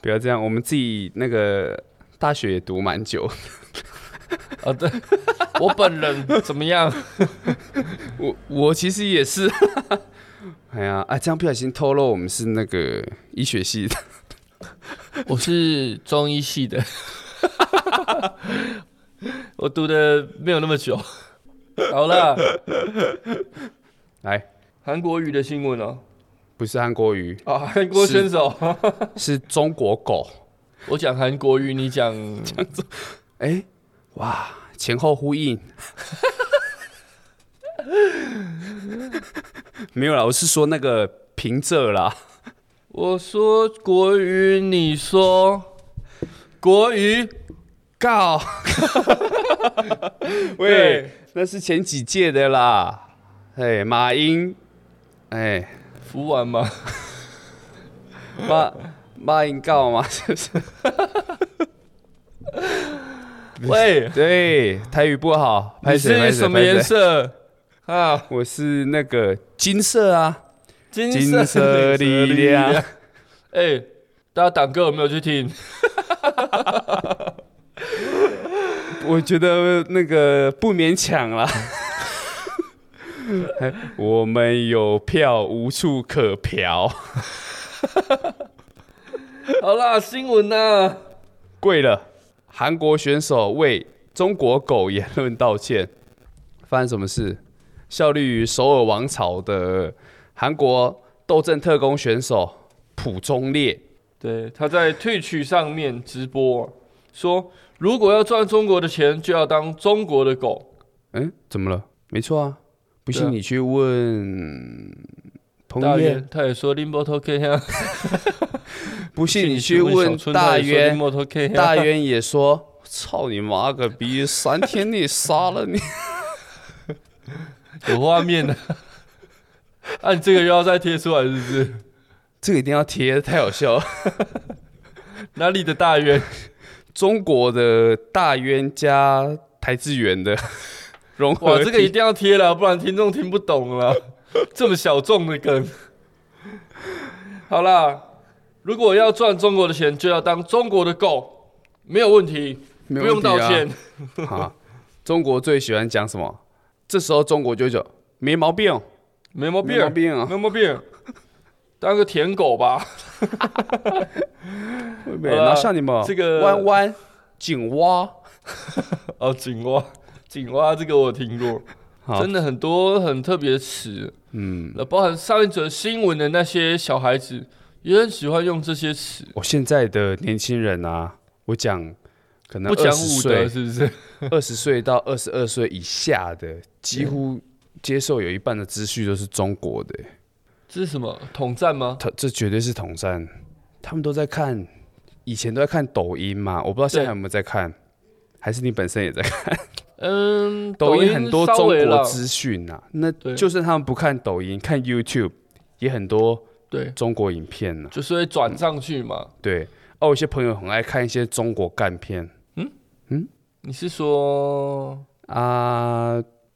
不要这样，我们自己那个大学也读蛮久， (laughs) 啊，对，我本人怎么样？我我其实也是。 (laughs) 哎呀，啊，这样不小心透露我们是那个医学系的， (laughs) 我是中医系的， (laughs) 我读的没有那么久。好啦，来，韩国语的新闻哦、不是韩国瑜，啊，韩国选手，是中国狗。我讲韩国语，你讲哎、哇，前后呼应。没有啦，我是说那个平仄啦。我说国语，你说国语， (laughs) 告，喂，那是前几届的啦。哎，马英，哎，服完吗？马马英告嘛， (laughs) 是不是？喂，对，台语不好，拍你谁？是什么颜？色啊？我是那个金色啊，金金色力量。。 (laughs) 哎、大家党歌有没有去听？我觉得那个不勉强啦。 (laughs) 哎我们有票无处可嫖，好啦，新闻呐、啊。跪了。韩国选手为中国狗言论道歉，发生什么事？效力于首尔王朝的韩国斗阵特工选手朴忠烈，对，他在 Twitch 上面直播、说，如果要赚中国的钱，就要当中国的狗。嗯，怎么了？没错啊，不对信啊你去问彭大于元晏，他也说 Limbo t o k 啊，不信你去小问春大他也说渊， Limbo t o k (laughs) 大渊也说：“操你妈个逼，三天内杀了你 (laughs) 有画面 (laughs) 的、啊。你这个又要再贴出来是不是？！”这个一定要贴，太好笑了。 (laughs) 哪里的大渊？中国的大渊加台资源的 (laughs) 融合哇，体，这个一定要贴了，不然听众听不懂了。 (laughs) 这么小众的梗，好啦，如果要赚中国的钱，就要当中国的狗，没有问题，没不有用问题啊道歉。 (laughs) 啊！中国最喜欢讲什么？这时候中国就讲没毛病，没毛病，没毛病啊没毛病，当个舔狗吧。对不对？好啦然后像你们这个弯弯井蛙，哦，井蛙，井蛙这个我听过，好真的很多很特别的词，嗯，那包含上一则新闻的那些小孩子也很喜欢用这些词，我现在的年轻人啊，我讲可能不20讲武岁德是不是？二十岁到二十二岁以下的，几乎接受有一半的资讯都是中国的、这是什么统战吗？他这绝对是统战，他们都在看，以前都在看抖音嘛，我不知道现在对有没有在看，还是你本身也在看嗯，抖音，很多稍中微国啦资讯呐。那对就算他们不看抖音，看 YouTube 也很多对，中国影片呐、就是会转上去嘛。对，哦，有些朋友很爱看一些中国干片你是说啊，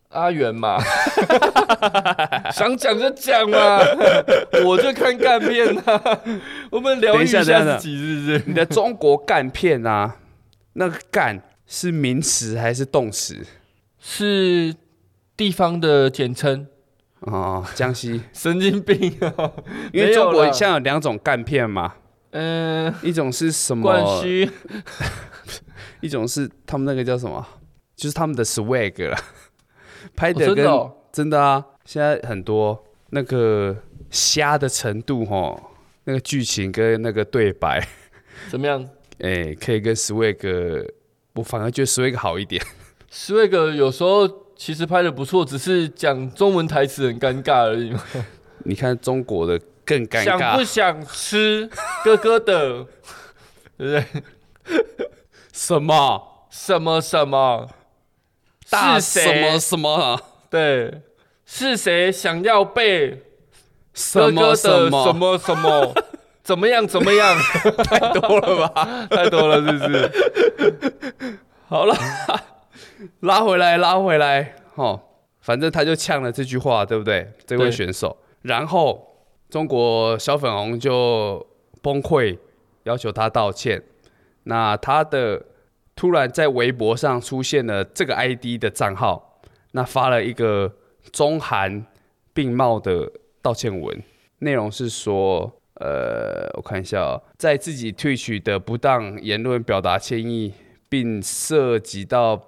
阿元嘛？ (laughs) 想讲就讲嘛，我就看干片啊。 (laughs) 我们疗等愈一一下下等一下自己是不是？你的中国干片啊，那个干是名词还是动词？是地方的简称，哦，江西，神经病啊！ (laughs) 因为没有中国啦现在有两种干片嘛，嗯、一种是什冠么？希一种是他们那个叫什么？就是他们的 swag 啦， (laughs) 拍哦的真跟、的哦真的啊，现在很多那个瞎的程度吼，那个剧情跟那个对白， (laughs) 怎么样哎、可以跟 swag，我反而觉得 swag 好一点。 (laughs) ？Swag 有时候其实拍的不错，只是讲中文台词很尴尬而已嘛。你看中国的更尴想不尬，想吃哥哥的？对不对？什么什么什么？大是什么谁？什么啊对，是谁想要被什哥哥么的什么什 (laughs) 么什么？ (laughs) 怎么样？怎么样？多了吧？太多了，是不是？好了，拉回来，拉回来，哦，反正他就呛了这句话，对不对？这位对选手，然后中国小粉红就崩溃，要求他道歉。那他的突然在微博上出现了这个 ID 的账号，那发了一个中韩并茂的道歉文，内容是说，呃，我看一下、哦，在自己 Twitch 的不当言论表达歉意，并涉及到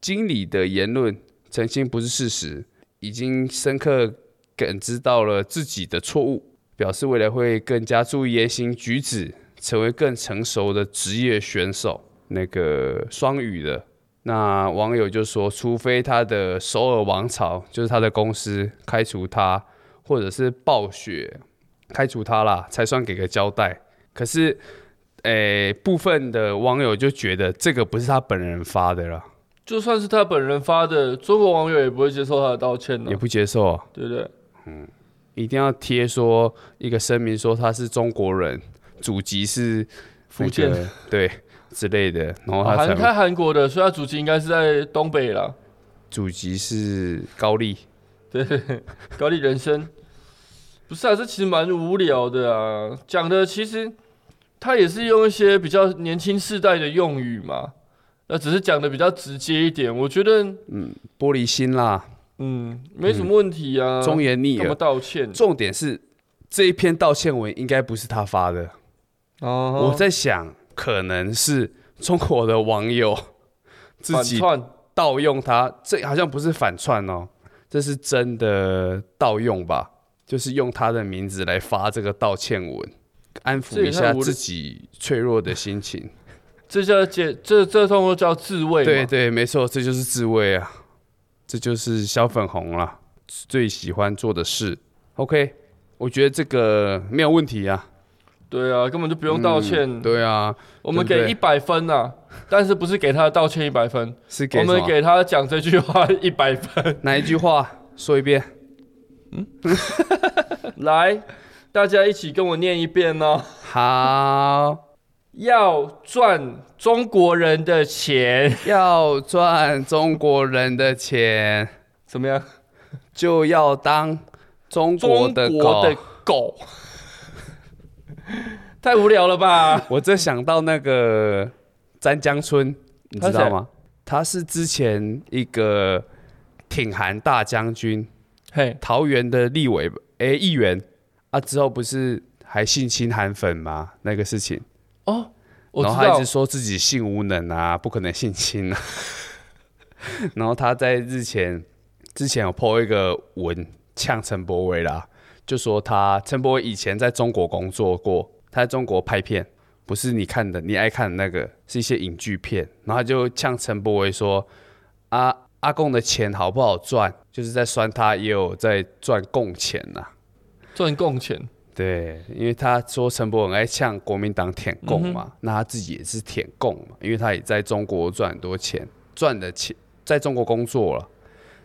经理的言论澄清不是事实，已经深刻感知到了自己的错误，表示未来会更加注意言行举止，成为更成熟的职业选手。那个双语的，那网友就说，除非他的首尔王朝，就是他的公司开除他，或者是暴雪开除他啦，才算给个交代。可是，诶、部分的网友就觉得这个不是他本人发的了，就算是他本人发的，中国网友也不会接受他的道歉的、也不接受啊、对不对？一定要贴说一个声明，说他是中国人，祖籍是那福个建， (laughs) 对之类的，然后啊哦他韩才开韩国的，所以他祖籍应该是在东北啦。祖籍是高丽。对，搞你人生，不是啊，这其实蛮无聊的啊。讲的其实他也是用一些比较年轻世代的用语嘛，那只是讲的比较直接一点。我觉得，玻璃心啦，嗯，没什么问题啊。忠言逆干嘛耳。道歉？重点是这一篇道歉文应该不是他发的，哦我在想可能是中国的网友自反己串，盗用它，这好像不是反串哦，这是真的盗用吧？就是用他的名字来发这个道歉文，安这抚也一太下无聊自己脆弱的心情。这叫解，这这动作叫自卫嘛。对对，没错，这就是自卫啊，这就是小粉红啦，最喜欢做的事。OK，我觉得这个没有问题啊。对啊，根本就不用道歉。对啊，我们对不给对一百分呐、啊，但是不是给他道歉一百分，是我给什们么给他讲这句话一 (laughs) 百分。哪一句话说一遍？来，大家一起跟我念一遍哦。好，要赚中国人的钱，要赚中国人的钱。怎么样？就要当中国中的国狗。的狗， (laughs) 太无聊了吧？我这想到那个詹江村，你知他是道谁吗？他是之前一个挺韩大将军，嘿，桃园的立委诶、议员啊，之后不是还性侵韩粉吗？那个事情，哦，我然后知他一道直，说自己性无能啊，不可能性侵啊。 (laughs) 然后他在日前之前有 po 一个文呛陈柏伟啦，就说他陈柏伟以前在中国工作过，他在中国拍片，不是你看的你爱看的那个，是一些影剧片。然后他就呛陈柏伟说：“啊，阿贡的钱好不好赚？”就是在酸他也有在赚贡钱啊呐、赚共钱，对，因为他说陈伯很爱呛国民党舔嗯共嘛，那他自己也是舔共嘛，因为他也在中国赚很多钱，赚的钱在中国工作了，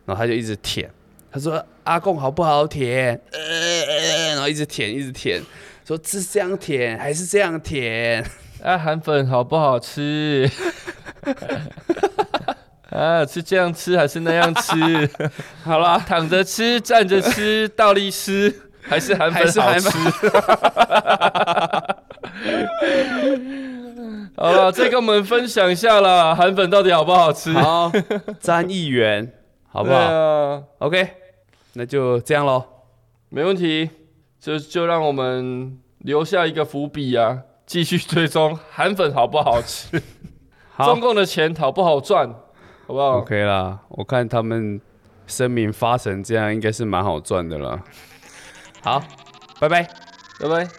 然后他就一直舔，他说阿贡好不好舔，呃呃然后一直舔一直舔，说是这样舔还是这样 (laughs) 舔，啊，韩粉好不好吃？ (laughs) 啊，是这样吃还是那样吃？好啦，躺着吃，站着吃， (laughs) 倒立吃，还是韩还粉是好韩吃粉？ (laughs) 好了，再跟我们分享一下啦，韩粉到底好不好吃？好，詹议员好不好对啊？OK，那就这样喽。没问题，这就让我们留下一个伏笔啊，继续追踪韩粉好不好吃，好中共的钱好不好赚，好不好？ ，OK 啦，我看他们声明发成这样，应该是蛮好赚的了。好，拜拜。拜拜。